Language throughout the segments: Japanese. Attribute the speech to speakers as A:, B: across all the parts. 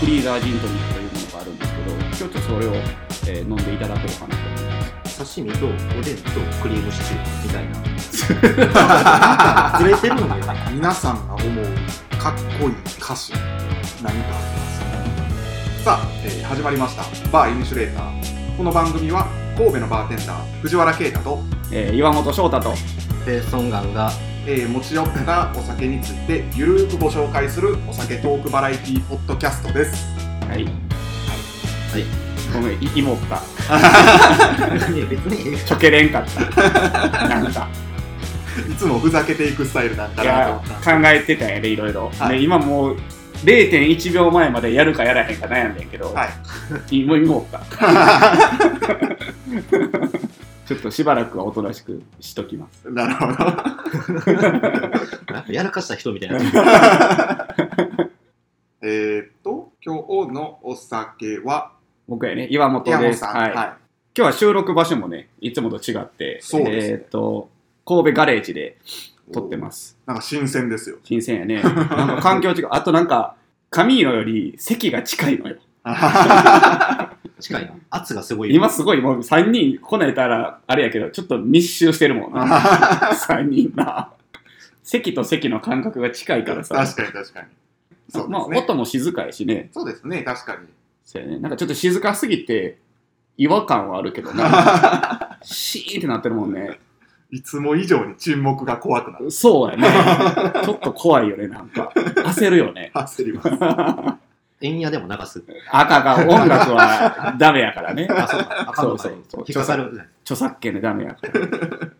A: フリーザージントニックというものがあるんですけど、今日ちょっとそれを、えー飲んでいただこうかなと思います。
B: 刺身とおでんとクリームシチューみたい なずれてるんだよね
C: 皆さんが思うかっこいい歌詞何かありますさあ、えー始まりましたバーインシュレーターこの番組は神戸のバーテンダー藤原啓太と、
A: えー岩本翔太と、
B: ペーソンガンが
C: えー持ち寄ったお酒についてゆるーくご紹介するお酒トークバラエティポッドキャストです
A: はい。はい。ごめん、い芋った。
B: いや別に
A: ちょけれんか った。なんか。
C: いつもふざけていくスタイルなんだ
A: い
C: なと思
A: や
C: った、
A: 考えてたんやで、いろいろ。
C: はい
A: で今もう、0.1秒前までやるかやらへんか悩んでんけど、
C: はい
A: 芋芋った。 ちょっとしばらくはおとなしくしときます。
C: なるほど
B: なんかやらかした人みたいな
C: えーっと今日のお酒は
A: 僕やね、岩本
C: 山
A: で
C: 本
A: す。
C: さん
A: はい。今日は収録場所もね、いつもと違って、
C: そうですね
A: えーっ、と、神戸ガレージで撮ってます。
C: なんか新鮮ですよ
A: 新鮮やね。なんか環境違う。 あとなんか、カミーノより席が近いのよ。
B: 近いな圧がすごい
A: 今すごいもう3人来ないたらあれやけどちょっと密集してるもんな 3人な席と席の間隔が近いからさ
C: 確かに確かにそう
A: ま
C: で
A: あ
C: すね、
A: 音も静かやしね
C: そうですね確かに
A: そうやねなんかちょっと静かすぎて違和感はあるけどな シーンってなってるもんね
C: いつも以上に沈黙が怖くなる。
A: そうやね ちょっと怖いよねなんか焦るよね
C: 焦ります。
B: 円屋でも流す
A: 赤が音楽はダメやからね
B: あそうか赤の前に
A: そうそうそう
B: 引っかかる
A: 著作権でダメやから。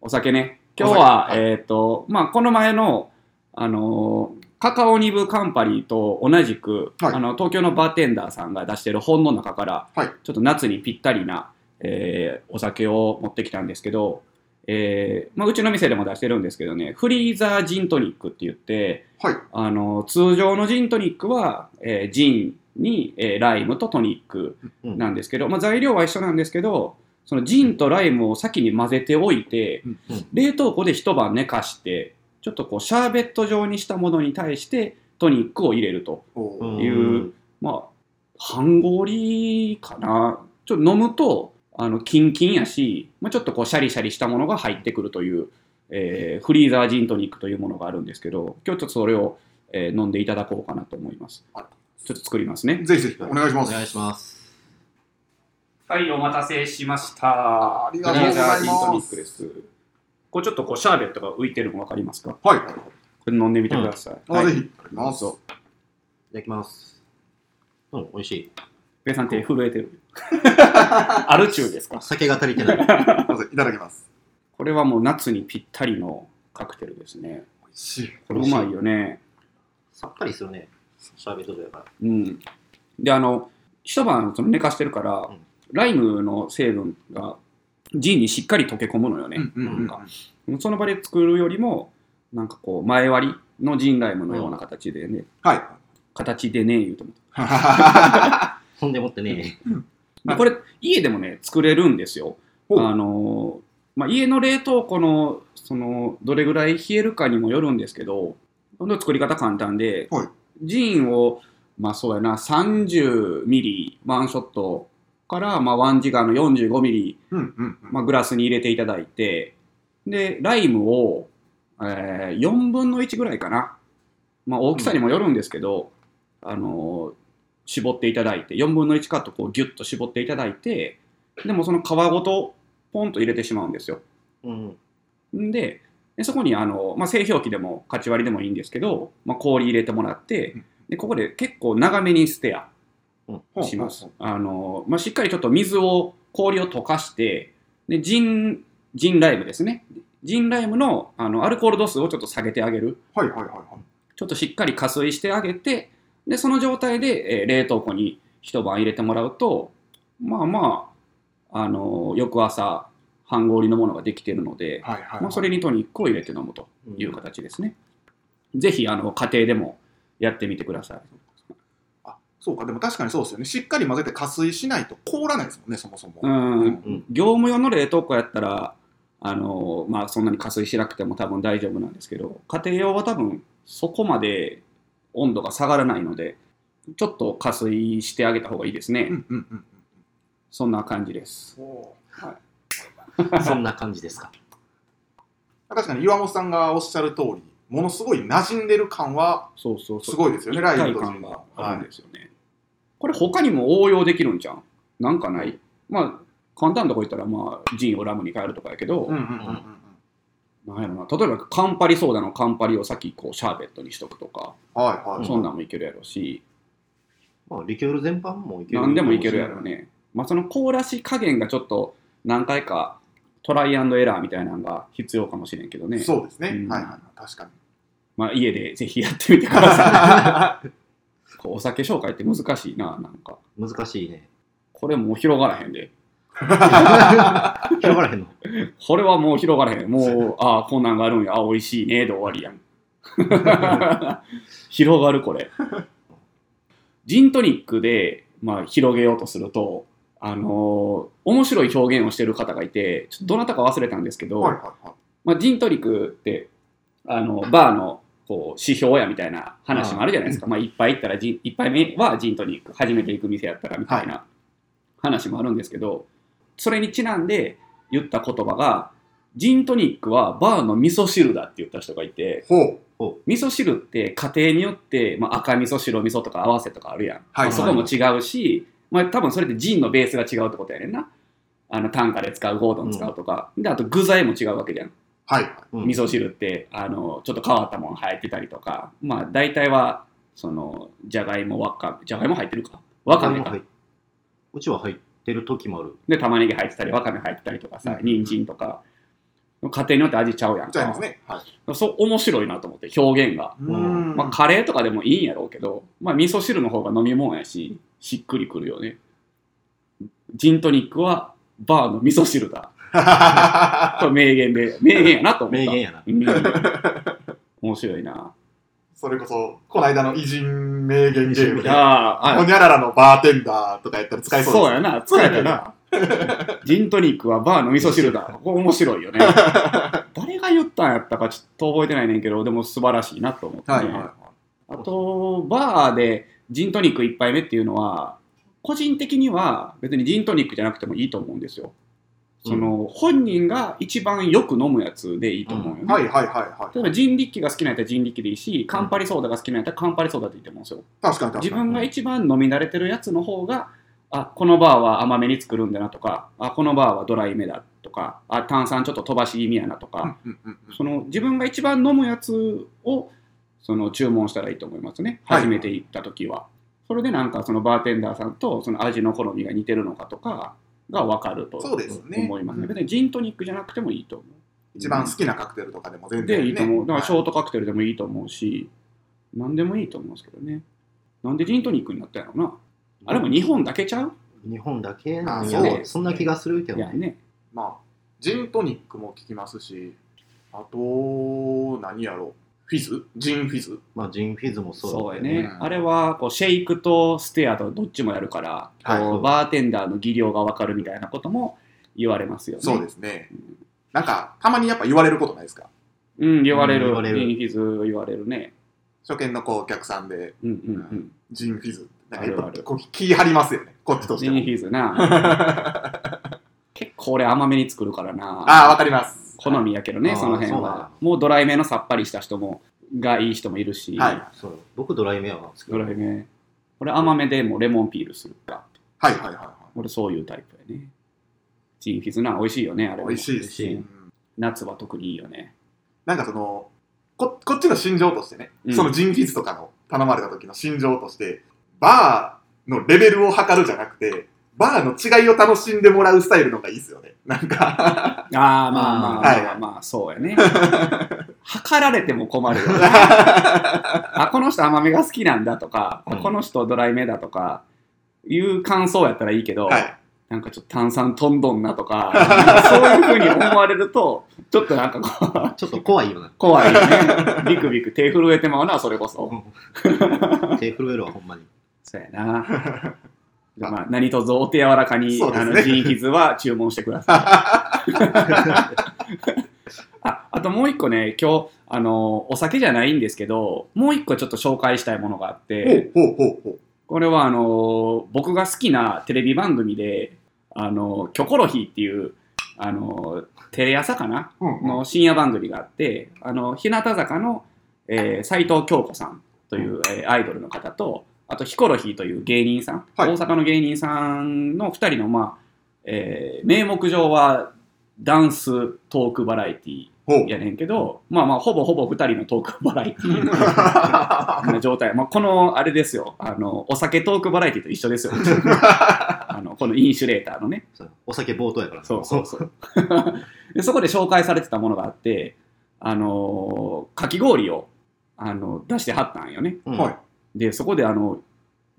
A: お酒ね。今日は、
C: お酒
A: えっ、と、まあ、この前の、あのーカカオニブカンパニーと同じく、
C: はい
A: あの東京のバーテンダーさんが出してる本の中から、
C: はい
A: ちょっと夏にぴったりな、えーお酒を持ってきたんですけど、えーまあ、うちの店でも出してるんですけどねフリーザージントニックって言って、
C: はい。
A: あの通常のジントニックは、えージンに、えーライムとトニック
B: うん
A: なんですけど、まあ、材料は一緒なんですけどそのジンとライムを先に混ぜておいて
C: うん
B: うん
A: 冷凍庫で一晩寝かしてちょっとこうシャーベット状にしたものに対してトニックを入れると
C: お
B: うん
C: ー
A: いうまあ半氷かなちょっと飲むとあのキンキンやし、まあ、ちょっとこうシャリシャリしたものが入ってくるという、えーフリーザージントニックというものがあるんですけど今日ちょっとそれを、えー飲んでいただこうかなと思います
C: あら
A: ちょっと作りますね
C: ぜひぜひお願いし
B: お
C: ます。
B: 願いします
A: はい、お待たせしました。
C: ありがとうござ
A: レ
C: います
A: ーザージントニックです。これちょっとこうシャーベットが浮いてるの分かりますか
C: はい。
A: これ飲んでみてください。
C: あ、
A: はい、
C: ぜひ。いただきます。
A: そ
B: いただきますうん美味しい
A: ペイさん手震えて る。アルチューですか
B: 酒が足りてない
C: まずいただきます。
A: これはもう夏にぴったりのカクテルですね。
C: 美味しい。
A: これうまいよね。
B: さっぱりするねシャーベットだから
A: うん。で、あの、一晩その寝かしてるから
B: うん、
A: ライムの成分がジンにしっかり溶け込むのよね。
C: うんうんうん。
A: その場で作るよりも、なんかこう、前割りのジンライムのような形でね、
C: はい。
A: 形でね言うと思って
B: ほんでもってね
A: まあこれ家でもね作れるんですよ
C: ほう
A: あのーまあ、家の冷凍庫のそのどれぐらい冷えるかにもよるんですけどこの作り方簡単で、
C: はい
A: ジンをまあそうやな30ミリワンショットからまあ1時間の45ミリ
C: うんうんうん。
A: まあ、グラスに入れていただいて、で、ライムを、えー4分の1ぐらいかな。まあ、大きさにもよるんですけど、あのー絞っていただいて、4分の1カットこうギュッと絞っていただいて、でもその皮ごとポンと入れてしまうんですよ。
B: うん
A: んで、でそこにあの、まあ、製氷機でも、カチ割りでもいいんですけど、まあ、氷入れてもらって
C: うん、
A: でここで結構長めにステア
C: ほう
A: します。。あのまあ、しっかりちょっと水を氷を溶かしてでジンジンライムですねジンライムのあのアルコール度数をちょっと下げてあげる
C: はいはいはいはい。
A: ちょっとしっかり加水してあげてでその状態で、えー冷凍庫に一晩入れてもらうとまあまあ、あの翌朝半氷のものができているので、
C: はいはい。
A: まあ、それにトニックを入れて飲むと
B: うん
A: いう形ですね、ぜひあの家庭でもやってみてください
C: あ、そうか。でも確かにそうですよね。しっかり混ぜて加水しないと凍らないですもんね、そもそも。
A: うん
C: うん
B: うん
A: 業務用の冷凍庫やったら、あのまあ、そんなに加水しなくても多分大丈夫なんですけど家庭用は多分そこまで温度が下がらないのでちょっと加水してあげた方がいいですね。
C: うんうんうん
A: そんな感じです。
C: うん。おー
B: そんな感じですか。
C: 確かに岩本さんがおっしゃる通り、ものすごい馴染んでる感は
A: そうそうそう。
C: すごいですよね、ライ
A: 体
C: ブと
A: 感があるんですよね。これ他にも応用できるんじゃんなんかないまあ簡単なとこ言ったらまあジンをラムに変えるとかやけど、
C: うんうんうんうんうん。
A: なんやろな例えばカンパリソーダのカンパリをさっきこうシャーベットにしとくとか、
C: はいはい。
A: そんなんもいけるやろし
B: まあ、リキュール全般もいける。
A: 何でもいけるやろね、まあ、その凍らし加減がちょっと何回かトライアンドエラーみたいなのが必要かもしれんけどね、
C: そうですね。
A: うん
C: はいはいはい。確かに。
A: まあ、家でぜひやってみてください こうお酒紹介って難しいななんか
B: 難し いね。
A: これもう広がらへんで
B: 広がらへんの。
A: これはもう広がらへん。もう、ああ、こんなんがあるんや。あ美味しいね。で終わりやん。 広がる、これ。ジントニックで、まあ、広げようとすると、あのー面白い表現をしてる方がいて、ちょっとどなたか忘れたんですけど、
C: はいはいはい。
A: まあ、ジントニックって、あの、バーの、こう、指標やみたいな話もあるじゃないですか。まあ、一杯行ったらジン、一杯目はジントニック、初めて行く店やったらみたいな話もあるんですけど、それにちなんで言った言葉が、ジントニックはバーの味噌汁だって言った人がいて、
C: ほう。
A: 味噌汁って家庭によって、まあ、赤味噌、白味噌とか合わせとかあるやん。
C: はいはい
A: まあそこも違うし、まあ、多分それってジンのベースが違うってことやねんな。あの、単価で使う、ゴードン使うとか。で、あと具材も違うわけじゃん。
C: はい。
B: うん
A: 味噌汁ってあのちょっと変わったもん入ってたりとかまあ大体はそのじゃがいもわかじゃがいも入ってるかわかめ
B: あれも入
A: か
B: っうちは入ってる時もある。
A: で玉ねぎ入ってたりわかめ入ってたりとかさ
C: うん
A: 人参とか家庭によって味ちゃうやん
C: じゃあいま
A: か
C: すね。はい。
A: そう面白いなと思って表現が、
B: ん
A: まあ、カレーとかでもいいんやろうけど、まあ、味噌汁の方が飲み物やししっくりくるよねジントニックはバーの味噌汁だこれ名言で名言やなと思っ
B: 名
A: た
B: 言やな。
A: うん面白いな
C: それこそ、この間の偉人名言ゲームで、
A: ああ、
C: ほにゃららのバーテンダーとかやったら使えそうです。
A: やな、使えたな。ジントニックはバーの味噌汁 だ。これ面白いよね。誰が言ったんやったかちょっと覚えてないねんけど、でも素晴らしいなと思って、ね
C: はいはいはい。
A: あと、バーでジントニック1杯目っていうのは、個人的には別にジントニックじゃなくてもいいと思うんですよ。その、本人が一番よく飲むやつでいいと思うよね。
C: はいはいはいはい。
A: 例えばジンリッキが好きなやったらジンリッキでいいし、カンパリソーダが好きなやったらカンパリソーダでいいと思うんですよ。
C: 確かに確かに。
A: 自分が一番飲み慣れてるやつの方があこのバーは甘めに作るんだなとかあこのバーはドライめだとかあ炭酸ちょっと飛ばし気味やなとか、
C: うんうんうんうん
A: その自分が一番飲むやつをその注文したらいいと思いますね
C: はい
A: 初めて行った時は、それでなんかそのバーテンダーさんとその味の好みが似てるのかとかが分かると
C: そうですね
A: 思いますね別にジントニックじゃなくてもいいと思う
C: 一番好きなカクテルとかでも全然ね。
A: でいいと思う。だからショー
C: ト。
A: トカクテルでもいいと思うし、何でもいいと思うんですけどね。なんでジントニックになったんやろな。あれも日本だけちゃう
B: 日本だけなん
A: あ
B: や
A: そう
B: ね
C: ですね
B: そんな気がするけど
A: いや
B: ね。
A: ね。
C: まあ、ジントニックも聞きますし、あと、何やろう。フィズジンフィズ
B: まあ、ジンフィズもそう
A: そう
B: だ
A: や
B: よ
A: ね。
C: うん
A: あれはこうシェイクとステアとどっちもやるから、
C: はい
A: こうバーテンダーの技量がわかるみたいなことも言われますよね。
C: そうですね。なんか、たまにやっぱ言われることないですか
A: うん、言われる。ジ
B: うん言われる
A: ンフィズ言われるね。
C: 初見のこうお客さんで、
A: うんうん
C: ジンフィズなんかやっ
A: あ
C: ぱ
A: るある
C: こう気張りますよね。こっち
A: う
C: と
A: ん。
C: して
A: ジ
C: も
A: ンフ。ィズな。 結構俺甘めに作るからな。
C: ああ、わかります。
A: 好みやけど
B: あ
A: ね、
B: ー
A: その辺
B: そうなん
A: は
B: や。
A: もうドライめのさっぱりした人も、がいい人もいるし。
C: はい
B: そう僕ドライメアは好き。
A: ドライめ。俺甘めでもうレモンピールするか。
C: はいはいはいは
A: 俺そういうタイプやね。チンフィズな、美味しいよね、あれ
C: い。
A: も。
C: 美味しいです
B: 美味しい
C: うん
A: 夏は特にいいよね。
C: なんかそのこ、こっちの心情としてね、
A: うん
C: そのジンフィズとかの頼まれた時の心情として、バーのレベルを測るじゃなくて、バーの違いを楽しんでもらうスタイルの方がいいですよね。なんか、
A: ああ、まあまあまあまあ、まあ、そうやね。測られても困る よ、ね。あ、この人甘めが好きなんだとか、あ
B: うん
A: この人ドライめだとか、いう感想やったらいいけど、
C: はい。
A: なんかちょっと炭酸飛んどんなとか、なんかそういうふうに思われると、ちょっとなんかこう、。
B: ちょっと怖いよな
A: 怖いよね。ビクビク手震えてまうな、それこそ。
B: 手震えるわ、ほんまに。
A: そうやな。 じゃあまあ、何とぞお手柔らかに、
C: そうで
A: あ
C: すね
A: の、ジンヒズは注文してくださ い。ああともう一個ね、今日、あの、お酒じゃないんですけど、もう一個ちょっと紹介したいものがあって、
C: ほうほうほうほう。
A: これはあの僕が好きなテレビ番組で「あのキョコロヒー」っていうあのテレ朝かな
C: うんうん
A: の深夜番組があってあの日向坂の斎、えー斉藤京子さんという、えーアイドルの方とあとヒコロヒーという芸人さん、
C: はい
A: 大阪の芸人さんの2人の、まあえー名目上はダンストークバラエティ
C: ほう
A: やねんけど、まあまあほぼほぼ2人のトークバラエティな状態、まあ、このあれですよあのお酒トークバラエティと一緒ですよあのこのインシュレーターのね
B: そうお酒冒頭やから。
A: そうそうそう でそこで紹介されてたものがあってあのかき氷をあの出してはったんよね
B: うん。
C: はい
A: でそこであの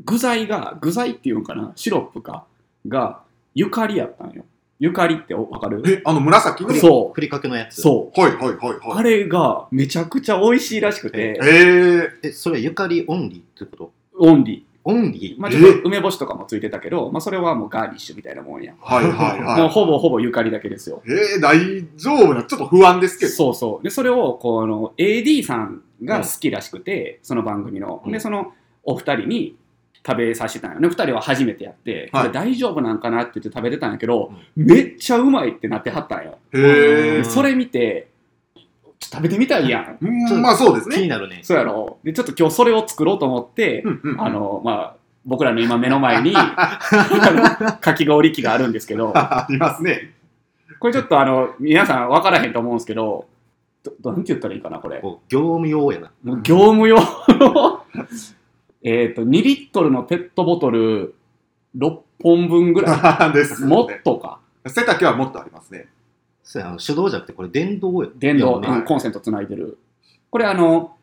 A: 具材が具材っていうんかなシロップかがゆかりやったんよゆかりっておわかる
C: え、あの紫の
A: そう
B: ふりかけのやつ。
A: そう
C: はいはいはいはい。
A: あれがめちゃくちゃ美味しいらしくて
C: え
B: え、それゆかりオンリーってこと
A: オンリー
B: オンリー
A: まあ、ちょっと梅干しとかもついてたけど、まあ、それはもうガーニッシュみたいなもんや。
C: ー、はいは い
A: もう
C: は
A: ほぼほぼゆかりだけですよ。
C: い。えー、大丈夫な、ちょっと不安ですけど。
A: そうそう。で、それをこうあの AD さんが好きらしくて、その番組の。
B: う
A: で、
B: ん
A: そのお二人に食べさせてたんよね。二人は初めてやって、
C: はい
A: これ大丈夫なんかなって言って食べてたんやけど、
B: う
A: めっちゃうまいってなってはったんよ。
C: へ
A: で
B: うん
C: ー
A: それ見て、ちょっと食べてみたいやん。
C: うん、まあそうです
B: 気に
C: ね。
B: なるね。
A: そうやろ。で、ちょっと今日それを作ろうと思って、
C: うんうん。
A: あの、まあ、僕らの今目の前に、 あのかき氷機があるんですけど、
C: ありま すね。
A: これちょっとあの、皆さん分からへんと思うんですけど、ど、どなんて言ったらいいかな、これ。
B: こう業務用やな。
A: もう業務用の えっと、2リットルのペットボトル6本分ぐら
C: です
A: い。
C: よね。
A: もっとか。
C: 背丈はもっとありますね。
B: そうや、あの手動じゃなくて、これ電動や。
A: 電動、
B: い
A: うん
B: や
A: コンセントつ ないでる。これあの、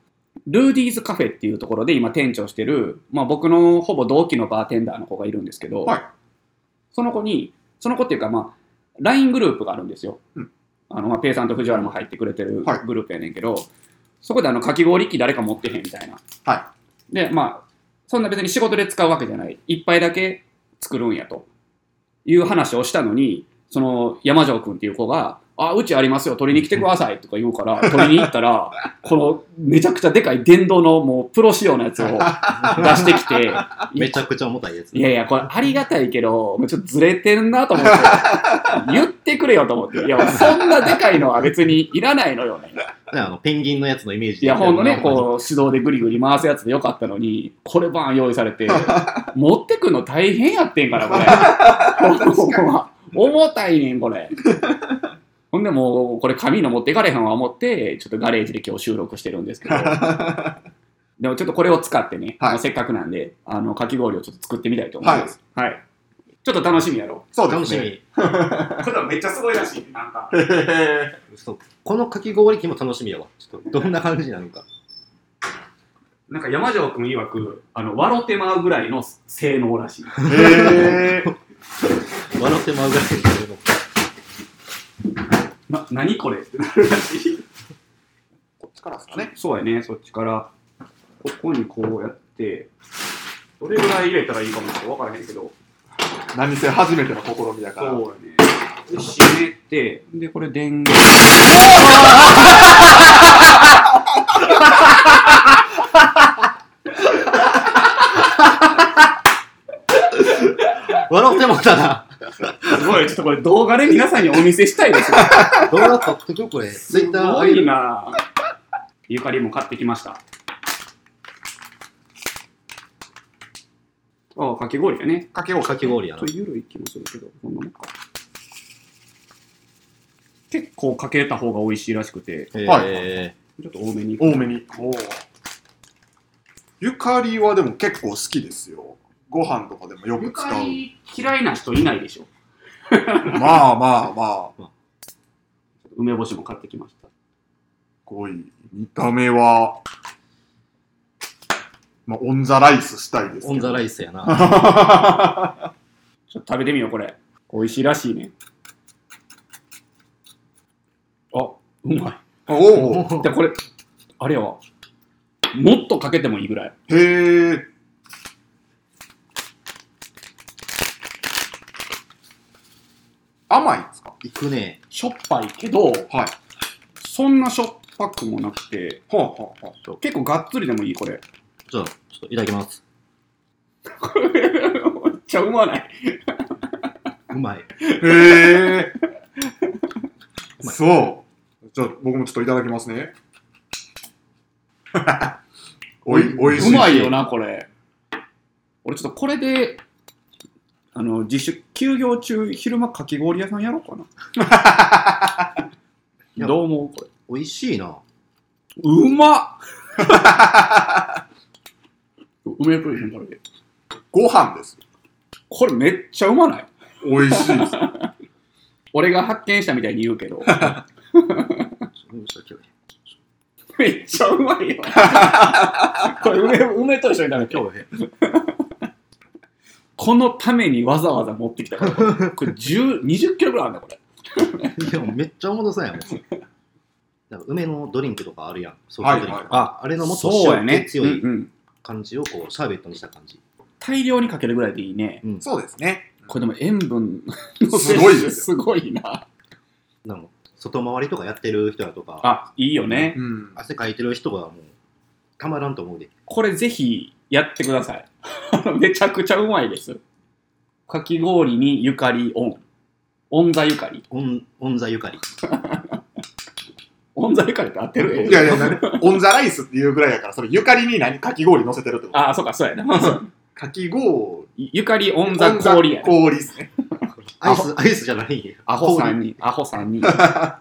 A: ルーディーズカフェっていうところで今店長してる、まあ僕のほぼ同期のバーテンダーの子がいるんですけど、
C: はい
A: その子に、その子っていうかまあ、LINE グループがあるんですよ。
C: うん
A: あの、まあ、ペイさんと藤原も入ってくれてる
C: はい
A: グループやねんけど、そこであの、かき氷機誰か持ってへんみたいな。
C: は
A: で、まあ、そんな別に仕事で使うわけじゃない。一杯だけ作るんやと。いう話をしたのに、その山城君っていう子が、あ、うちありますよ、取りに来てくださいとか言うから、取りに行ったら、 このめちゃくちゃでかい電動のもうプロ仕様のやつを出してきて、
B: めちゃくちゃ重たいやつ。
A: いやいや、これありがたいけど、もうちょっとずれてんなと思って、言ってくれよと思って、いや、そんなでかいのは別にいらないのよね。
B: ねあのペンギンのやつのイメージ
A: い
B: で
A: や、ほんのね、
B: ほんまに
A: こう、手動でぐりぐり回すやつでよかったのに、これバーン用意され て、持ってくの大変やってんから、これ。ほんま重たいねん、これ。ほんでもう、これ紙の持っていかれへんわ思って、ちょっとガレージで今日収録してるん ですけど、でもちょっとこれを使ってね、
C: はい
A: まあせっかくなんで、あの、かき氷をちょっと作ってみたいと思います。はい。ちょっと楽しみやろ。
C: そうで
B: 楽
C: す
B: し
C: ね。
B: み。
A: これめっちゃすごいらしい、なん か。
C: へー
B: そうこのかき氷機も楽しみやわ。ちょっとどんな感じなのか。
A: なんか山城君曰く、あの、笑ってまうぐらいの性能らしい。
C: へー
B: 笑ってまうぐらいですけど。
A: な、何これってなるらしい。
C: こっちからですかね。
A: そうやね、そっちから、ここにこうやって、どれぐらい入れたらいいかもちょっと分からへんけど、
C: 何せ初めての試みだから。
A: そうやね。で、閉めて、で、これ電源。
B: 笑ってもうたな。
A: すごい、ちょっとこれ動画で皆さんにお見せしたいですよ。
B: 動画撮っとくこれ。ツイッタ
A: す
B: ー
A: ごいなゆかりも買ってきました。ああ、かき氷だね。
C: かけよう
B: かき氷や
A: ち
B: な
A: ょっと。緩い気もするけど、こんなもんか。結構かけた方が美味しいらしくて、
B: え
A: ちょっと多めに。
C: 多めに。ゆかりはでも結構好きですよ。ご飯とかでもよ
A: ゆ
C: く
A: か
C: 使う。
A: り嫌いな人いないでしょ。
C: まあまあまあ、
A: 梅干しも買ってきました。
C: すごい。見た目は、まあ、オンザライスしたいです
B: ー、
C: けど。
B: オンザライスや な。
A: ちょっと食べてみよう、これ。美味しいらしいね。あ、うまい。
C: おお。
A: で、これ、あれやわ。もっとかけてもいいぐらい。
C: へえ。甘いんですか
B: いくね。
A: しょっぱいけど、
C: はい。
A: そんなしょっぱくもなくて、
C: ほうほうほう。
A: 結構がっつりでもいい、これ。
B: じゃあ、ちょっといただきます。
A: これめっちゃうまない。
B: うまい。
C: へえ。
B: うまい
C: そう。じゃあ、僕もちょっといただきますね。 おい、おいしい。
A: うまいよ。な、これ。俺ちょっとこれで、あの、自主休業中、昼間かき氷屋さんやろうか
B: いや
A: な。どう思うこれ。
B: 美味しいな。
A: うまっ 梅プリンこれで。
C: ご飯です。
A: これめっちゃうまない
C: おいしいです。
A: 俺が発見したみたいに言うけど。
B: うんそれ今日
A: めっちゃうまいよ。 これ梅、梅と一緒に食べて。
B: 今日へ。
A: このためにわざわざ持ってきたから。これ10、20キロぐらいあるんだ、これ。
B: でもめっちゃおもろそうやもん。なんか梅のドリンクとかあるやん。ソフトドリンク。
C: はいはい
B: あ、あれのもっと
A: そうや
B: 塩気
A: ね。
B: 強い
A: うんうん
B: 感じをこうシャーベットにした感じ。
A: 大量にかけるぐらいでいいね。
B: うん。
C: そうですね。
A: これでも塩分
C: すごいですよ
A: すごいな。
B: なんか外回りとかやってる人やとか、
A: あ、いいよね。
C: うん。
B: 汗かいてる人がもうたまらんと思うで。
A: これぜひやってください。 めちゃくちゃうまいです。かき氷にゆかりオン。オンザゆかり。
B: オン、オンザゆ かり。
A: オンザゆかりって合ってる
C: いやいや、なんでオンザライスっていうぐらいやから、それゆかりに何かき氷乗せてるってこと
A: あ、そうか、そうやな。
C: かき氷。
A: ゆかりオンザ氷やな。
C: 氷ですね。
B: アイス、アイスじゃないよ。
A: アホさんに、アホさ んに。今日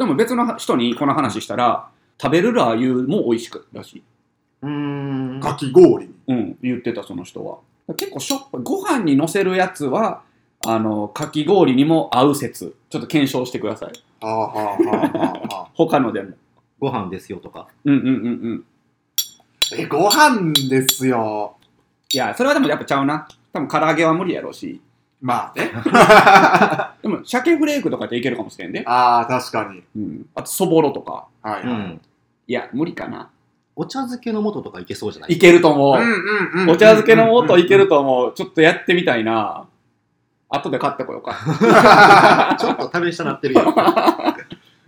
A: でも別の人にこの話したら、食べるラー油も美味しくらしい。
B: うーん。
C: かき氷。
A: うん、言ってたその人は。結構しょっぱい。ご飯にのせるやつは、あの、かき氷にも合う説。ちょっと検証してください。
C: ああ、はあ、はあ、はあ。
A: 他のでも。
B: ご飯ですよとか。
A: うんうんうんうん。
C: え、ご飯ですよ。
A: いや、それはでもやっぱちゃうな。多分唐揚げは無理やろうし。
C: ま あね。
A: でも、鮭フレークとかっていけるかもしれんで。
C: ああ、確かに。
A: うん。あと、そぼろとか。
C: はい。
B: う
C: うん、
B: ん。
A: いや、無理かな。
B: お茶漬けの素とかいけそうじゃない
A: いけると思う。
C: うん、
A: お茶漬けの素いけると思う。ちょっとやってみたいな。後で買ってこようか。
B: ちょっと試したなってるよ。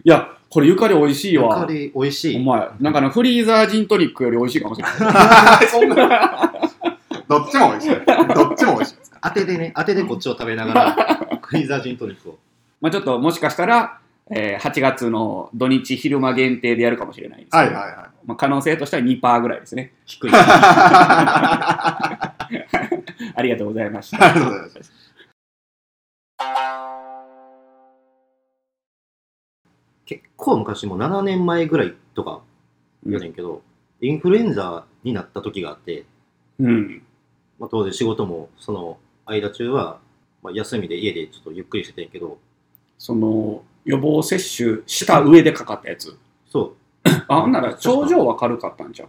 A: いや、これゆかり美味しい
B: ゆ
A: わ
B: か。り美味し
A: お
B: い。
A: 前、なんかね、フリーザージントニックより美味しいかも しれない。
C: そんな。どっちも美味しい。どっちも美味しい。
B: 当てでね、当てでこっちを食べながら、クイザージントニックを。
A: まあちょっともしかしたら、えー8月の土日昼間限定でやるかもしれないですけど、
C: はいはいは
A: まあ、可能性としては2%ぐらいですね。
B: 低い。
A: ありがとうございまし
C: い。あり
A: た。
C: がとうございます。
B: 結構昔、もう7年前ぐらいとかやねんけど、インフルエンザになった時があって、
A: うん。
B: まあ、当然仕事もその間中は、まあ、休みで家でちょっとゆっくりしてたんやけど、
A: その、予防接種した上でかかったやつ。
B: そ
A: あ、ほんなら症状は軽かったんじゃん。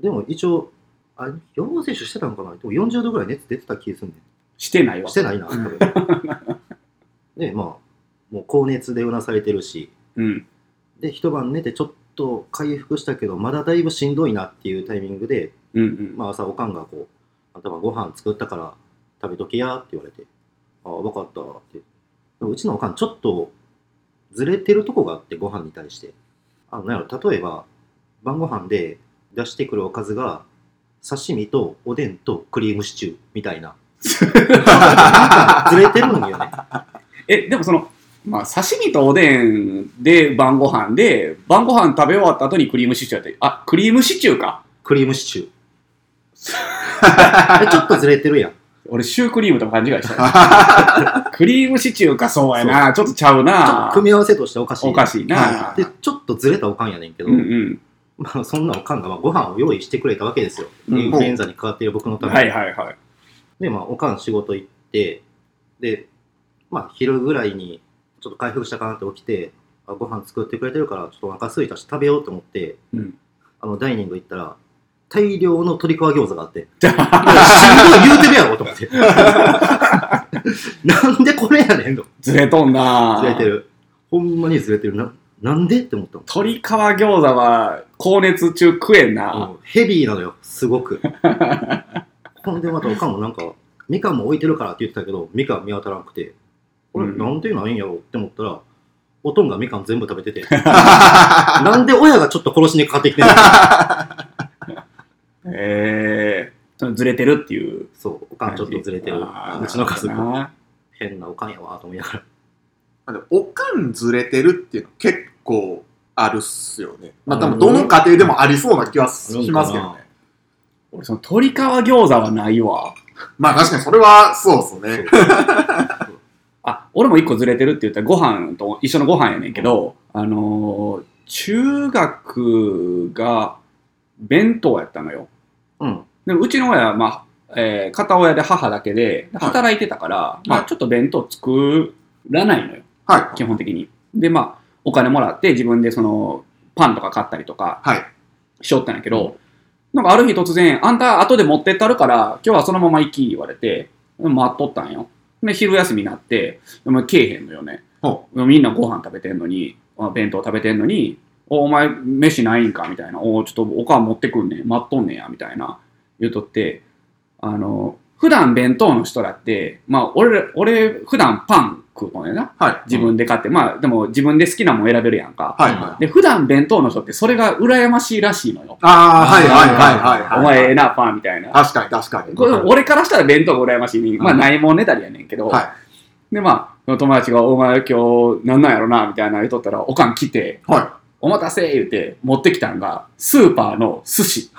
B: う。でも一応、あれ、予防接種してたのかなでも40度ぐらい熱出てた気がするねん
A: してないわ。
B: してないな、多分。で、まあ、もう高熱でうなされてるし、
A: うん。
B: で、一晩寝てちょっと回復したけど、まだだいぶしんどいなっていうタイミングで、
A: うんうん。
B: まあ朝おかんがこう、頭ご飯作ったから食べときやって言われて、ああ、わかったって。でもうちのおかんちょっとずれてるとこがあって、ご飯に対して。あの、なんやろ、例えば、晩ご飯で出してくるおかずが、刺身とおでんとクリームシチューみたいな。 なんかずれてるんよね。
A: え、でもその、まあ、刺身とおでんで晩ご飯で、晩ご飯食べ終わった後にクリームシチューやって、あ、クリームシチューか。
B: クリームシチュー。えちょっとずれてるやん。ち
A: 俺、シュークリームと勘違いした。 クリームシチューか、そうやな。ちょっとちゃう
B: ょっ
A: な
B: と。組み合わせとしておかしい。
A: おかしいな
C: は。
B: で、ちょっとずれたおかんやねんけど、
A: うんうん。
B: まあ、そんなおかんがまあご飯を用意してくれたわけですよ。
A: うん
B: インフルエンザにかかっている僕のために。
A: はいはいはい。
B: で、まあ、おかん仕事行って、で、まあ、昼ぐらいに、ちょっと回復したかなって起きて、あご飯作ってくれてるから、ちょっとお腹空いたし食べようと思って、
A: うん
B: あの、ダイニング行ったら、大量の鶏皮餃子があ って、しんどい言うてるやろと思って。なんでこれやねんと。
A: ずれとんな。
B: ずれて。る。ほんまにずれてる。な、なんでって思ったの
A: 鶏皮餃子は、高熱中食えんな。
B: もうヘビーなのよ、すご く。ほんでまたおかんもなんか、みかんも置いてるからって言ってたけど、みかん見当たらなくて、俺、
A: うん
B: なんでないんやろうって思ったら、おとんがみかん全部食べ てて、なんで親がちょっと殺しにかかってきてるの
A: ええずれてるっていう
B: そう、おか
A: 感
B: ん
A: じ
B: ちょっとずれてる。
A: あ
B: う
A: ー
B: ちの家族
A: なる、ほどな
B: 変なおかんやわと思いながら。
C: あでもおかんずれてるっていうの結構あるっすよね。まあ多
B: う
C: 分
B: ん
C: どの家庭でもありそうな気はしますけど
B: あるんか
C: ね。
A: 俺その鶏皮餃子はないわ
C: まあ確かにそれはそうっすね。
B: そう
A: あ俺も一個ずれてるって言ったらご飯と一緒のご飯やねんけど、あのー中学が弁当やったのよ
B: うん。
A: でもうちの親は、まあえー片親で母だけで
C: はい
A: 働いてたから、まあ、
C: はい
A: ちょっと弁当作らないのよ
C: は
A: 基
C: い。
A: 本的にでまあお金もらって自分でそのパンとか買ったりとか
C: はい。
A: しよったんやけど、なんかある日突然「あんた後で持ってったるから今日はそのまま行き」言われて待っとったんよで昼休みになってお前けえへんのよね
C: ほ
A: みんなご飯食べてんのにあ弁当食べてんのに「おお前飯ないんか」みたいな「おちょっとおかん持ってくんねん待っとんねんや」みたいな言うとってあの普段弁当の人だってまあ俺ら俺普段パン食うのよな
C: はい。
A: 自分で買って、まあでも自分で好きなもん選べるやんか、
C: はいはい。
A: で普段弁当の人ってそれが羨ましいらしいのよ。
C: ああ、はいはいはいはい。
A: お前ええな、パンみたいな。
C: 確かに確かに。
A: これ俺からしたら弁当が羨ましいに、まあ
C: うん
A: ないもんねだりやねんけど、
C: は
A: でまあ、友達が、お前今日なんなんやろな、みたいな言うとったら、おかん来て、
C: い。は
A: お待たせ言うて、持ってきたんが、スーパーの寿 司。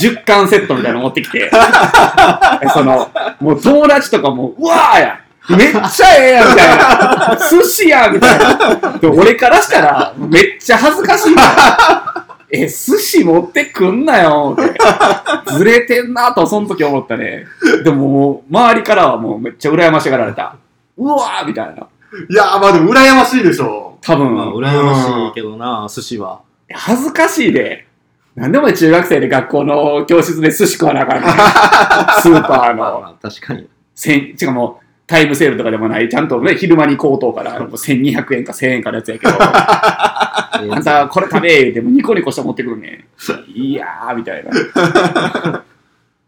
A: 10巻セットみたいなの持ってきて、 その、もう友達とかも、うわーやめっちゃええやんみたいな。寿司やみたいな。で俺からしたら、めっちゃ恥ずかしいから え、寿司持ってくんなよって。ずれてんなと、その時思ったね。でももう、周りからはもうめっちゃ羨ましがられた。うわーみたいな。
C: い。いやーまあでも羨ましいでしょ
A: 多分、
B: まあ、羨ましいけどな、寿司は。
A: 恥ずかしいで。なんでお前中学生で学校の教室で寿司食わなあかん ねんスーパー
B: まあ
A: の。
B: まあ、確かに。
A: せんしかも、タイムセールとかでもない、ちゃんとね、昼間に高等から、もう1200円か1000円かのやつ やけど、あ
B: あ
A: んたこれ食べえ言うて、もうニコニコして持ってくるねん。いやー、みたい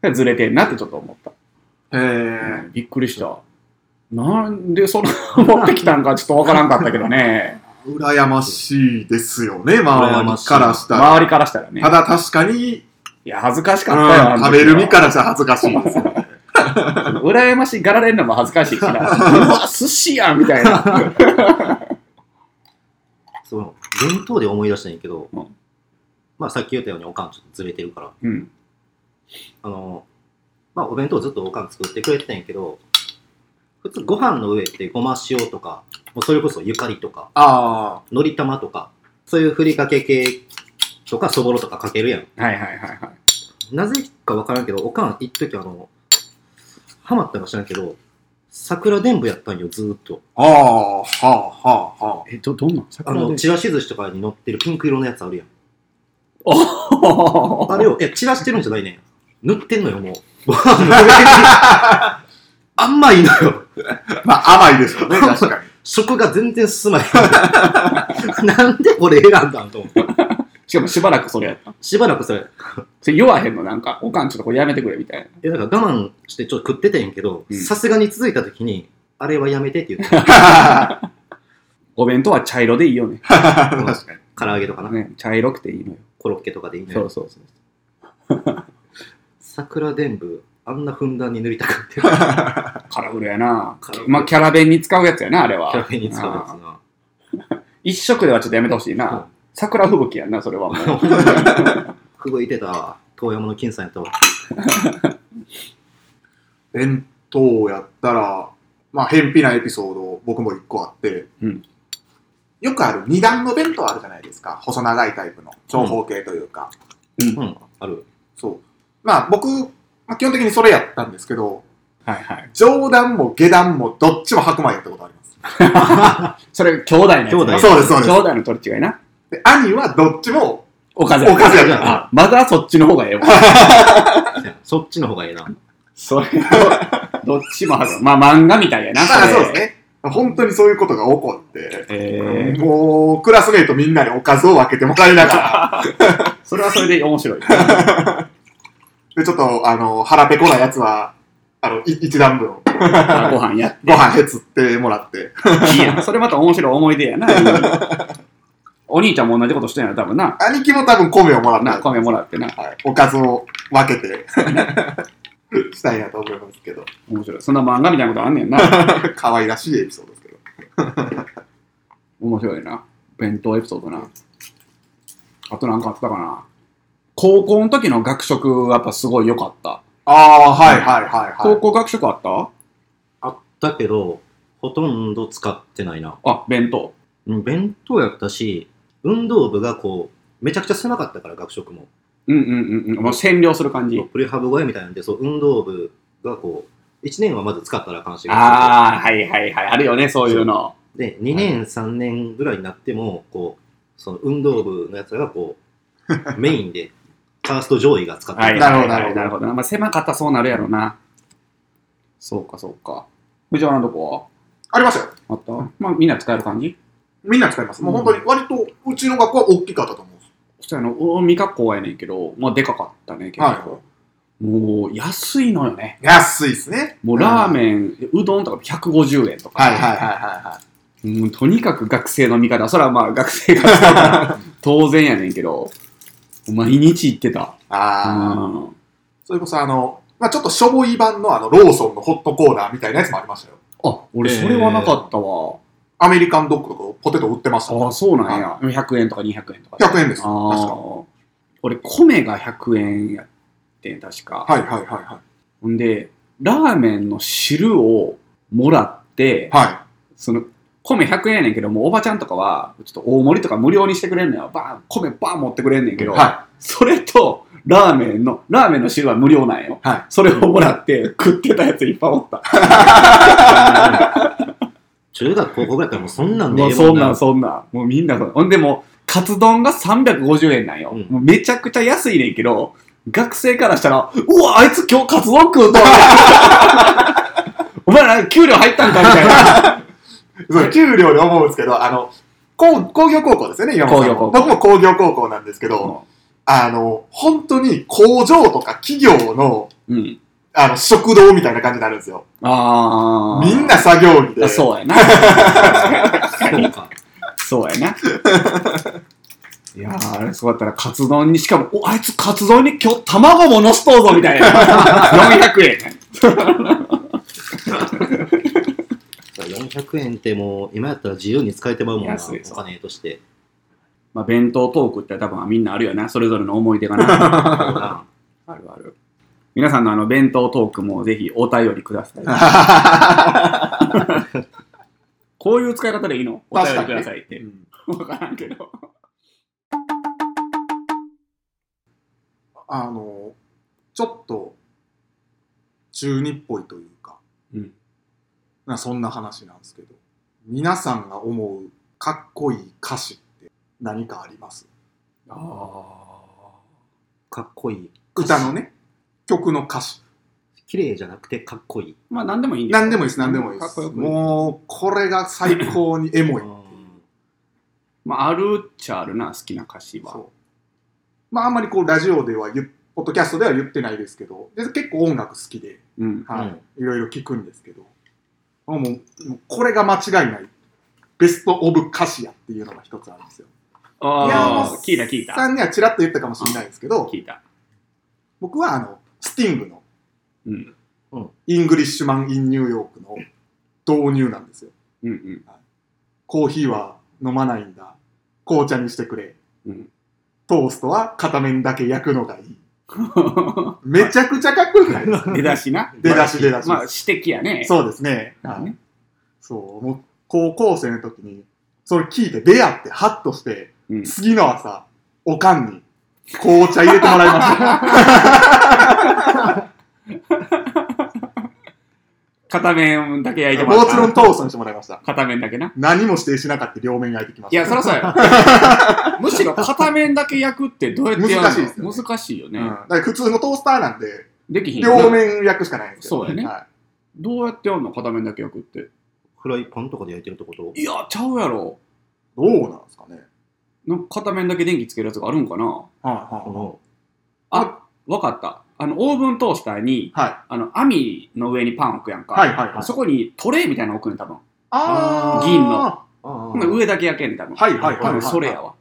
A: な。ずれてんなってちょっと思った。
C: う。へえ。
A: びっくりした。なんでその持ってきたんかちょっとわからんかったけど ね。
C: 羨ましいですよね、
B: 羨
C: 周
B: ま
C: り
B: しい
C: からしたら。
A: 周りからしたらね
C: た。だ確かに、
A: いや、恥ずかしかったよ。
C: う
A: あ
C: ん、
A: の時
C: 食
A: は
C: べる身からしたら恥ずかしいですよね。
A: 羨ましがられるのも恥ずかしい しな。うわ、寿司やんみたいな。
B: その弁当で思い出したんやけど、
A: うん
B: まあさっき言ったようにおかんちょっとずれてるから
A: うん。
B: あのまあお弁当ずっとおかん作ってくれてたんやけど普通ご飯の上ってごま塩とかもうそれこそゆかりとか
C: あ
B: のり玉とかそういうふりかけ系とかそぼろとかかけるやん
A: はいはいはいはい。
B: なぜかわからんけどおかん一時あのハマったのか知らんけど桜でんぶやったんよずーっと
C: あ、ああ、はあ、はあ、はあ。
A: え、ど、どんなん
B: あ
A: 桜
B: のちらし寿司とかに乗ってるピンク色のやつあるやん
A: お
B: あれを、いや、散らしてるんじゃないねん。塗ってんのよ、もう。ご飯の上にあんまいいのよ。
C: まあ甘いでしょうね、確かに。
B: 食が全然進 まない。なんでこれ選んだんと思って。
A: しかもしばらくそれやった。
B: しばらくそれ、
A: それ言わへんの、なんか、おかんちょっとこれやめてくれみたい
B: えなんか我慢してちょっと食ってたんやけど
A: う、ん
B: さすがに続いた時に、あれはやめてって言って、
A: な。お弁当は茶色でいいよね。
C: 確かに。
B: 唐揚げとか な、
A: ね茶色くていいのよ。
B: コロッケとかでいいの
A: そ
B: よ。
A: うそうそう。
B: 桜でんぶ、あんなふんだんに塗りたくって、キャ
A: カラフルやな
B: カラフ。ル
A: まあ、キャラ弁に使うやつやな、あれは。
B: ラメに使うやつ
A: あー
B: な。
A: 一色ではちょっとやめてほしいな。桜吹雪やんな、それはもう。
B: ふぶいてた、遠山の金さんやったわ。
C: 弁当やったら、まあ、偏僻なエピソード、僕も一個あって、
A: うん
C: よくある二段の弁当あるじゃないですか。細長いタイプの長方形というか。
B: うん、ある。
C: そう。まあ、僕、まあ、基本的にそれやったんですけど、
A: はいはい。
C: 上段も下段もどっちも白米やったことあります。
A: それ、兄弟のやつな
B: 兄弟
C: あそうです、そうです
A: 兄。弟の取り違いな。
C: で、兄はどっちも、
A: おかず
C: おかずやから
A: あ、まだそっちの方がええわ。
B: そっちの方がええな。
A: それと、どっちもはず。まあ、漫画みたいやな。
C: まあそうです
A: ね。
C: ね。本当にそういうことが起こって、
A: えー、
C: もう、クラスメイトみんなにおかずを分けてもらいながら、
A: それはそれで面白い。
C: で、ちょっと、あの、腹ペコなやつは、あの、い一段分、
A: ご飯やっ
C: ご飯へつってもらって、
A: ていいやん。それまた面白い思い出やな。お兄ちゃんも同じことしてんやろ、多分な。
C: 兄貴も多分米をもらった
A: な、米もらってな。
C: はい、おかずを分けて したいなと思いますけど
A: 面白い。そんな漫画みたいなことあんねんな。
C: 可愛らしいエピソードですけど
A: 面白いな。弁当エピソードな。あとなんかあったかな。高校の時の学食はやっぱすごい良かった。
C: ああはいはいはいは
A: 高
C: い
A: 校学食あった
B: あったけど、ほとんど使ってないな。
A: あ、弁当。
B: うん弁当やったし、運動部がこう、めちゃくちゃ狭かったから、学食も。
A: うんうんうんうん。もう占領する感じ。
B: プレハブ小屋みたいなんで、そう、運動部がこう、1年はまず使ったら監視が
A: ああ、はいはいはい。あるよね、そういうの。
B: で、2年、3年ぐらいになっても、こう、その運動部のやつらがこう、 メインで、カースト上位が使って
A: はい、
B: る
C: なるほど
A: はいはいなるほど。まあ、狭かったらそうなるやろな。そうか、そうか。藤原のとこ
C: ありましたよ
A: はあったまあ、みんな使える感じ
C: みんな使いますもう本当に割とうちの学校は大きかったと思うんです
A: そしたらあの、大見学校やねんけど、まあ、でかかったね、結構。
C: は
A: もう、安いのよね。
C: 安いですね
A: もう、ラーメン、うどんとか150円とか。
C: はいはいはいは
A: もうとにかく学生の味方。それはまあ、学生が使うから 当然やねんけど、毎日行ってた。
C: いああ
A: うん
C: それこそあの、まあ、ちょっとしょぼい版のあのローソンのホットコーナーみたいなやつもありましたよ。
A: あ、俺、それはなかったわ。
C: アメリカンドッグとかポテト売ってました
A: ああ、
C: もん。
A: そうなんや。100円とか200円とか。
C: 100円です。確か。
A: ああ。俺、米が100円やってん、確か。
C: はいはいはいは
A: ほんで、ラーメンの汁をもらって
C: い。、は
A: その、米100円やねんけど、もうおばちゃんとかは、ちょっと大盛りとか無料にしてくれんのよ。バーン、米バーン持ってくれんねんけ
C: い。
A: ど、
C: は
A: それと、ラーメンの、ラーメンの汁は無料なんよ。
C: はい
A: それをもらって、食ってたやついっぱいおった。
B: 中学、高校ぐらいからもうそんなんで
A: もう
B: ええ
A: そ
B: も
A: ん
B: ん
A: なん
B: な、
A: そんなん。もうみんなそう、ほんでもう、カツ丼が350円なんよ。
B: うん
A: もうめちゃくちゃ安いねんけど、学生からしたら、うわ、あいつ今日カツ丼食うとんね んお前ら給料入ったんかみたいな。
C: い。そう、給料で思うんですけど、あの、工工業高校ですよね、今
A: 工業高校
C: 僕も工業高校なんですけど、あの、本当に工場とか企業の、
A: うん。
C: あの、食堂みたいな感じになるんですよ。
A: ああ。
C: みんな作業着で。
A: あ そうやな。
B: そうか。
A: そうやな。いやー、あれすごかったら、カツ丼に、しかも、お、あいつカツ丼に今日卵ものしとうぞみたいな。400円。
B: 400円ってもう、今やったら自由に使えてまうもんな、
A: 安いです
B: お金として。
A: まあ、弁当トークって多分みんなあるよな。それぞれの思い出がな。
B: あ
A: あるある。皆さんのあの弁当トークもぜひお便りください。こういう使い方でいいのお便りくださいって。わからんけど。
C: あの、ちょっと、中二っぽいというか、
A: うん
C: なそんな話なんですけど、皆さんが思うかっこいい歌詞って何かあります
A: ああ。
B: かっこいい。
C: 歌のね、曲の歌詞。
B: 綺麗じゃなくてかっこいい。
A: まあ、なんでもいい
C: 何でもいいです、何でもいいで
A: かっこ
C: す。
A: よく。
C: もう、これが最高にエモい。
A: まあ、あるっちゃあるな、好きな歌詞は。
C: そうまあ、あんまりこう、ラジオでは言っ、ポッドキャストでは言ってないですけど、で結構音楽好きで、
A: うん。
C: はい
B: うん
C: いろいろ聞くんですけど、あもうもうこれが間違いない、ベスト・オブ・歌詞やっていうのが一つあるんですよ。いや
A: あ
C: も
A: あ
C: う、
A: 聞いた聞いた。
C: さんにはちらっと言ったかもしれないですけど
A: 聞、いた。
C: 僕はあの、スティングの
A: うん。
C: イングリッシュマン・イン・ニューヨークの導入なんですよ。
A: うんうん。
C: コーヒーは飲まないんだ。紅茶にしてくれ。
A: うん
C: トーストは片面だけ焼くのがいい。めちゃくちゃかっこよくないです か
A: 出だしな。
C: 出だし出だし。
A: まあ、指摘やね。
C: そうですね。
A: まあ
C: はい
A: ね
C: そう、もう高校生の時に、それ聞いて出会って、ハッとして、
A: うん
C: 次の朝、おかんに紅茶入れてもらいま した。
A: 片面だけ焼いてもら
C: も
A: った
C: ちろんトーストにしてもらいました。
A: 片面だけな。
C: 何も指定しなかった両面焼いてきまし
A: い
C: た。
A: や、そりゃそう や。むしろ片面だけ焼くってどうやってやるの
C: 難しいですよね
A: 難しいよね。
C: うん、だから普通のトースターなんで、
A: できひんよな
C: 両面焼くしかないんですよ。
A: そうやね
C: は
A: どうやってやるの片面だけ焼くって。
B: フライパンとかで焼いてるってこと
A: いや、ちゃうやろ。
C: い、どうなんですかね。
A: なんか片面だけ電気つけるやつがあるんかな
C: はい、
B: こ
C: は
B: の
A: あ、わかった。あの、オーブントースターに、
C: い、はい。
A: あの、網の上にパン置くやんか。
C: はい、はい、はい。
A: そこにトレイみたいなの置くねん、多分。
C: あー
A: 銀の。
B: あ
A: ほんなら上だけ焼けんねん、多分。
C: はい、はい、はい
A: 多
C: は
A: 分
C: い。
A: それやわ。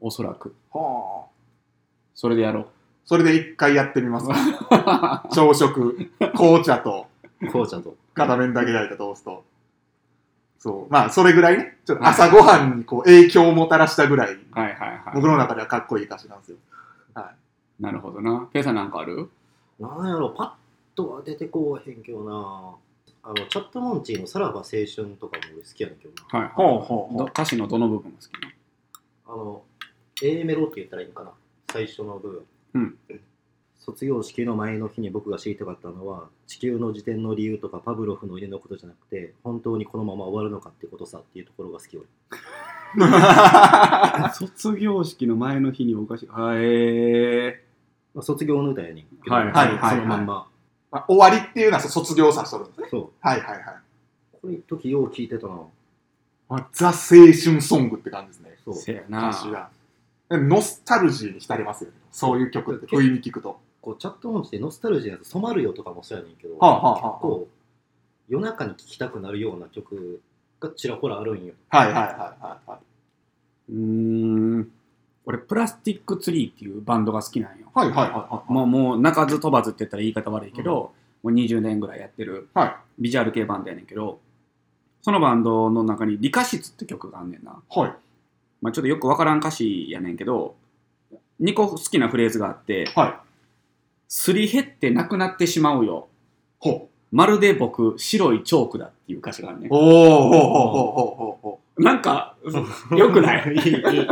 A: おそらく。
C: はあ。
A: それでやろう。
C: それで一回やってみますか。 朝食、紅茶と
B: こうちゃんと。
C: 片面だけ焼いたトースト。そう。まあ、それぐらいね、ちょっと朝ごはんにこう影響をもたらしたぐらい、
A: はいはいは
C: 僕の中ではかっこいい歌詞なんですよ。
A: い。なるほどな。ペイさんなんかある
B: なんやろ、パッとは出てこうへんけどな。あの、チャットモンチーのさらば青春とかも俺好きやねんけど
A: は
B: な。
A: いはい。
C: ほうほうほう
A: ど歌詞のどの部分が好きな
B: あの、A メロって言ったらいいのかな。最初の部
A: う
B: 分。
A: ん
B: 卒業式の前の日に僕が知りたかったのは地球の自転の理由とかパブロフの家のことじゃなくて本当にこのまま終わるのかってことさっていうところが好き俺
A: 卒業式の前の日におかしい。はえ
B: まあ、卒業の歌やねんけど、
A: はいはい
C: はいはい
B: そのまんま、
C: まあ終わりっていうのはそう卒業させとるんですね。
B: そ
C: はいはいはい。
B: うこれ時よう聞いてたな
C: ザ青春ソングって感じですね。
B: そう
A: せやな
C: 歌。詞が。ノスタルジーに浸れますよね。そういう曲って、不意に聞くと。
B: こうチャット音してノスタルジーなやつ「染まるよ」とかもそうやねんけど、
C: はあはあはあ
B: 結構夜中に聴きたくなるような曲がちらほらあるんよ
C: はいはいはいはい。は
A: うーん。俺、プラスティックツリーっていうバンドが好きなんよ。
C: いはいはいはい。
A: もう、もう、鳴かず飛ばずって言ったら言い方悪いけど、もう20年ぐらいやってる、
C: はい
A: ビジュアル系バンドやねんけど、そのバンドの中に、理科室って曲があんねんな。
C: はい。
A: まあ、ちょっとよくわからん歌詞やねんけど、2個好きなフレーズがあって、
C: はい。
A: すり減ってなくなってしまうよ。
C: ほう。
A: まるで僕、白いチョークだっていう歌詞があるね
C: お。おほうほうほうほうほうほ
A: なんか、よくない
B: いいいい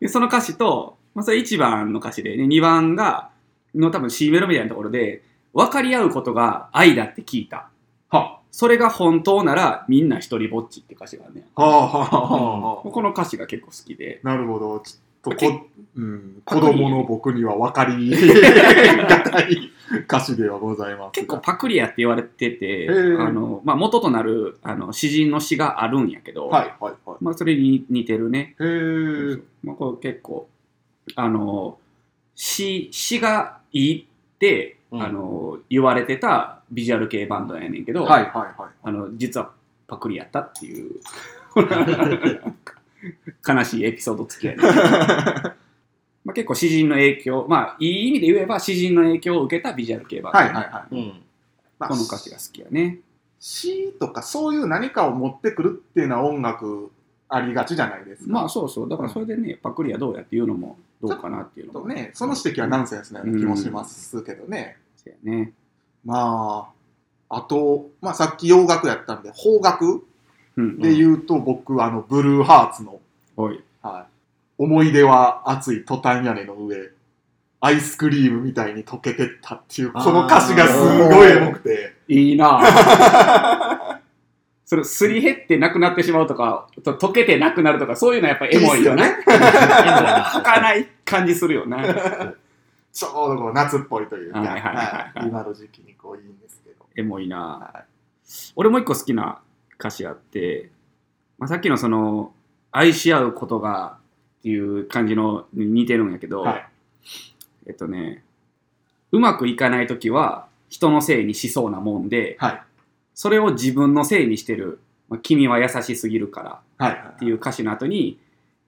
A: でその歌詞と、まあ、それ1番の歌詞で、ね、2番が、の多分 C メロみたいなところで、分かり合うことが愛だって聞いた。はそれが本当ならみんな一人ぼっちって歌詞があるね。
C: う。はあはあはあはあ。
A: この歌詞が結構好きで。
C: なるほど。ちょっと
A: け
C: こ、うん、子供の僕には分 かりがたい歌詞ではございます
A: 結構
C: が。
A: パクリアって言われてて、
C: ー
A: あの、まあ、元となる、あの、詩人の詩があるんやけど、
C: はいはいはい。
A: まあ、それに似てるね。
C: へー
A: まあ、これ結構、あの、詩、詩がいいって、
B: うん
A: あの、言われてたビジュアル系バンドやねんけど、
C: はいはいはい。
A: あの、実はパクリやったっていう、悲しいエピソード付き合いで。 まあ結構詩人の影響、まあいい意味で言えば詩人の影響を受けたビジュアル系バンド
C: はいはいはい。
B: うん
C: まあ
A: この歌詞が好きやね。
C: 詩とかそういう何かを持ってくるっていうのは音楽ありがちじゃないですか。
A: まあそうそう、だからそれでね、パクリはどうやって言うのもどうかなっていうの
C: と
A: も。
C: ね、その指摘はナンセンスなような気もしますけどね。
A: そうやね。
C: まあ、あと、まあさっき洋楽やったんで、邦楽
A: うん。
C: で言うと僕、あの、ブルーハーツの、
A: おい。
C: はい、思い出は熱いトタン屋根の上、アイスクリームみたいに溶けてったっていう、この歌詞がすごいエモくて、
A: いいなぁ それ、すり減ってなくなってしまうとか、と溶けてなくなるとか、そういうのはやっぱエモいよね。
B: は
A: はかない感じするよね。
C: ちょうどこう夏っぽいというか、
A: はいはいはいはい
C: はい今の時期にこういいんですけど。
A: エモいな、
C: は
A: 俺もう一個好きな歌詞あって、まあ、さっきのその愛し合うことがっていう感じのに似てるんやけど、
C: はい
A: えっとねうまくいかない時は人のせいにしそうなもんで
C: はい。
A: それを自分のせいにしてる、まあ、君は優しすぎるから
C: はい。はい
A: っていう歌詞の後に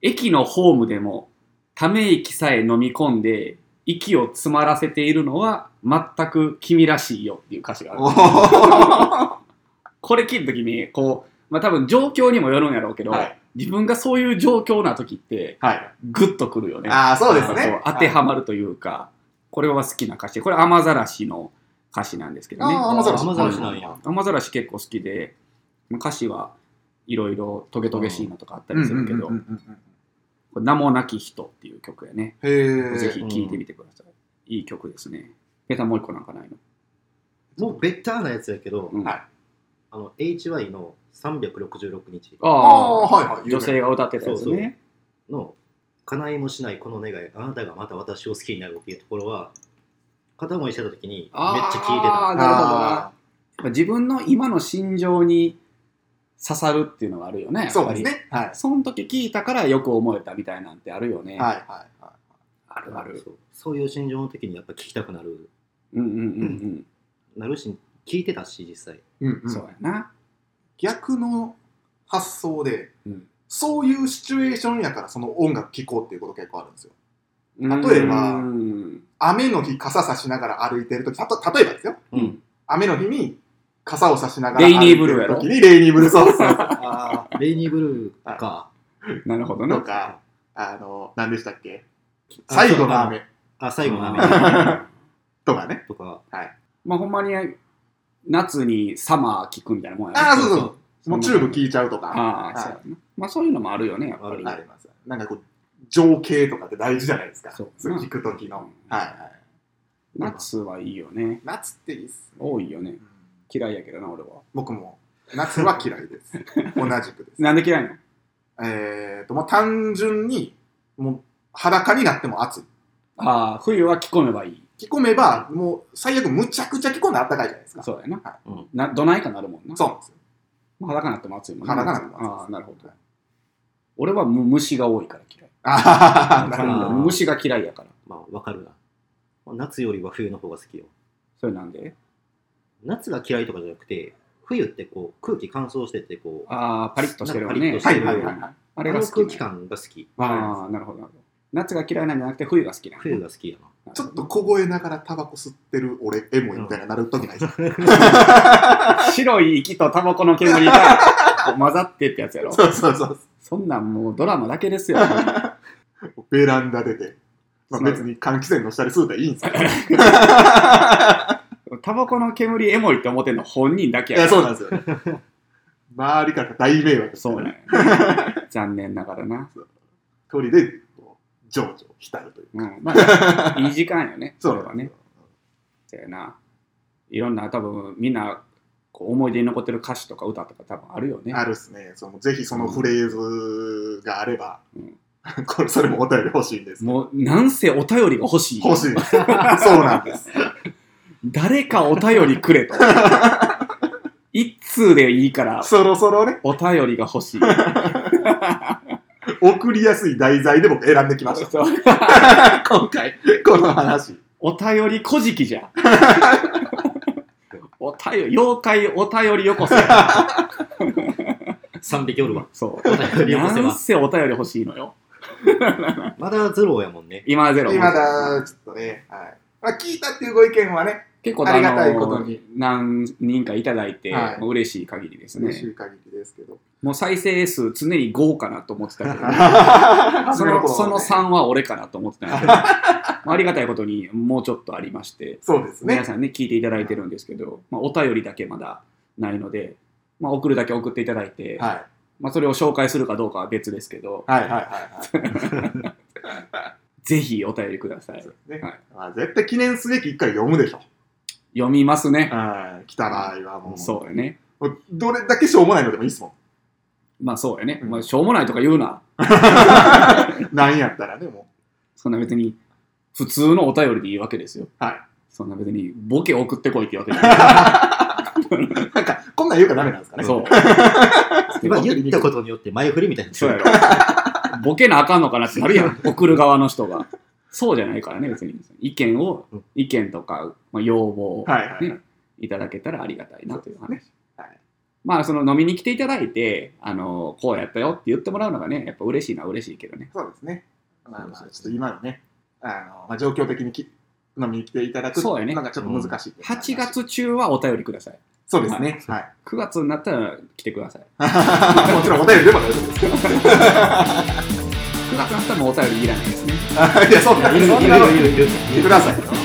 A: 駅のホームでもため息さえ飲み込んで息を詰まらせているのは全く君らしいよっていう歌詞がある
C: おー
A: これ聞いた時にこう、まあ、多分状況にもよるんやろうけど、
C: はい
A: 自分がそういう状況な時って
C: はい。
A: グッとくるよね
C: ああ、そうです
A: そう。
C: ね
A: 当てはまるというか、これは好きな歌詞でこれ雨ざらしの歌詞なんですけどね
C: ああ、雨ざらし。
B: 雨ざらしなんや
A: 雨ざらし結構好きでまあ歌詞はいろいろトゲトゲしいのとかあったりするけど、
C: うんうんうんうん
A: これ名もなき人っていう曲やね、
C: うんへ
A: ぜ
C: え
A: ひ。聴いてみてください、いい曲ですねペタもう一個なんかないの
B: もうベッターなやつやけど、
A: うん
C: はい
B: あの HY の366日
A: あ
C: あ
A: あ
C: あ、はいはい。
A: 女性が歌ってたやつね
B: そうそうの「叶いもしないこの願いあなたがまた私を好きになる」っていうところは片思いしてた時にめっちゃ聞いて
A: あー
B: た
A: なるほどな
C: あ
A: やっぱ自分の今の心情に刺さるっていうのがあるよね
C: ー
A: やっ
C: そう
A: ぱ
C: で
A: り
C: すね。はい。
A: その時聞いたからよく思えたみたいなんてあるよね、
C: はいはいは
A: あるある
B: そうそういう心情の時にやっぱ聞きたくなる
A: うんうんうん
B: なるし聞いてたし実際
C: い。うん
A: うんそうやな
C: 逆の発想で、
A: うん
C: そういうシチュエーションやからその音楽聴こうっていうこと結構あるんですよ。
A: うん
C: 例えば
A: うん
C: 雨の日傘さしながら歩いてるとき、たと例えばですよ。
A: うん
C: 雨の日に傘をさしながら
A: レイニー
C: 歩いてる
A: ブルーやろ
C: 時にレイニーブルー、そ うそう。
B: ああ、レイニーブルーか。
A: なるほど
C: と
A: な。
C: か、あの、何でしたっけ最後の雨
B: あ、最後の
A: う
B: 雨
C: とかね。
B: とか。
A: まあほんまに夏にサマー聞くみたいなもんや
C: ああ、そうそうう。もうチューブ聴いちゃうとか、
A: ああ、そうやな。まあそういうのもあるよね、やっぱり。
C: あります。なんかこう、情景とかって大事じゃないですか。
A: そ
C: そうう聞く時の。はいはい。
A: 夏はいいよね。
C: 夏っていいっす。
A: 多いよね
C: う。ん
A: 嫌いやけどな、俺は。
C: 僕も、夏は嫌い です。同じくです。
A: なんで嫌いなの
C: えっと、もう単純に、もう裸になっても暑い。
A: ああ、冬は着込めばいい。
C: 着込めば、もう最悪むちゃくちゃ着込んであったかいじゃないですか。
A: そうやな。
B: うんうん
A: などないかなるもんな。
C: そうなんですよ。
A: まあ裸になっても暑いもんな
C: 裸になっても暑いです
A: ああ、なるほど。俺はむ虫が多いから嫌い。
C: ああ、なるほど。
B: ど
A: うん虫が嫌いやから。
B: まあ、わかるな。まあ夏よりは冬の方が好きよ。
A: それなんで
B: 夏が嫌いとかじゃなくて、冬ってこう、空気乾燥してて、こう、
A: ああ、パリッとしてるよ
B: なん
A: ね
B: か。パ
C: は
B: リッとして
C: い
B: る
C: はいはいはい。
A: あ
B: あ
A: れが
B: の
A: 好
B: 空
A: き
B: 気
A: なの。
B: 感が好き。
A: ああ、なるほどなるほど。夏が嫌いなんじゃなくて冬が好きなの。
B: 冬が好きやな。
C: ちょっと凍えながらタバコ吸ってる俺、エモいみたいななるときないですか。
A: 白い息とタバコの煙が混ざってってやつやろ。
C: そうそうそう。
A: そんなんもうドラマだけですよ。
C: ベランダ出て。まあ、別に換気扇の下で吸うたらいいんですけど。い
A: タバコの煙エモいって思ってんの本人だけや
C: や、
A: か
C: そう
A: ら
C: なんですよね。周りから大迷惑です
A: そ
C: よ
A: う
C: ね。
A: ね。残念ながらな。
C: 距離で、こう情緒浸るという。
A: うん、まあ、いい時間よね。
C: そう
A: れ
C: なん
A: は
C: で
A: ね
C: すよ。。
A: そやな。いろんな、多分みんな、こう思い出に残ってる歌詞とか歌とか多分あるよね。
C: あるっすね。そのぜひそのフレーズがあれば、
A: う
C: これそれもお便り欲しいんです。
A: もう、なんせお便りが欲しい。
C: 欲しいです。 そうな んです。
A: 誰かお便りくれと。 一通でいいから、
C: そろそろね、
A: お便りが欲しい。
C: 送りやすい題材で僕選んできました。
A: そう
C: 今回、この話。
A: お便りこじきじ ゃ。お便り、妖怪お便りよこせ。
B: 3匹 おるわ。
A: そ
B: お便
A: う。
B: りよこせ
A: なん
B: は。
A: せお便り欲しいのよ。
B: まだゼロやもんね。
A: 今ゼロ。
C: 今だ、ちょっとね、はい。まあ、聞いたっていうご意見はね、
A: 結構
C: ありがたいことに
A: あの何人かいただいて、
C: はい
A: もう嬉しい限りです
C: 嬉し
A: ね。
C: い限りです けど。
A: もう再生数常に5かなと思ってた けど、
C: そ
A: そのその
C: 3
A: 3は俺かなと思ってたん だけど、ありがたいことにもうちょっとありまして、
C: そうです
A: 皆
C: ね。
A: さんね、聞いていただいてるんですけど、まあ、お便りだけまだないので、まあ、送るだけ送っていただいて、
C: はい。
A: まあ、それを紹介するかどうかは別ですけど、
C: はいはいはいはい。
A: ぜひお便りください。
C: そうですね
A: はい
C: まあ、絶対記念すべき一回読むでしょ。
A: 読みますね。
C: はい。来た場合はもう。
A: そうやね。
C: もうどれだけしょうもないのでもいいっすもん。
A: まあそうやね。
C: うん
A: まあ、しょうもないとか言うな。
C: なんやったらね、も
A: そんな別に、普通のお便りでいいわけですよ。
C: はい。
A: そんな別に、ボケ送ってこいって言うわけじゃな
C: う。なんか、こんなん言うからダメなんですか
A: い。
C: ね。
A: そう。
B: 今言ったことによって前振りみたいになって
A: そうや
B: る
A: ろ。 ボケなあかんのかなってなるや ん。送る側の人が。そうじゃないからね、別に。意見を
B: うん、
A: 意見とか、まあ、要望を、ね
C: はいはいはい
A: い、ただけたらありがたいなという話。
C: はい
A: まあ、その飲みに来ていただいて、あの、こうやったよって言ってもらうのがね、やっぱ嬉しいのは嬉しいけどね。
C: そうですね。まあま
B: そ
C: あ、
B: うで
C: ちょっ
B: す
C: と
B: ね
C: 今のね、あの、まあ、状況的にき飲みに来ていただく
A: そうやね
C: なんかちょっと難しいっていう
A: 8
C: 話、
A: 月中はお便りください。
C: そうですね。はい。
A: 9月になったら来てください。
C: もちろんお便りでも大丈夫ですけ ど。
A: 9月になったらもうお便りいらないですね。
C: いや、そうだ、
A: いる
C: そん
A: い
C: な
A: る
C: の
A: いるいる
C: 言ってくださいよ。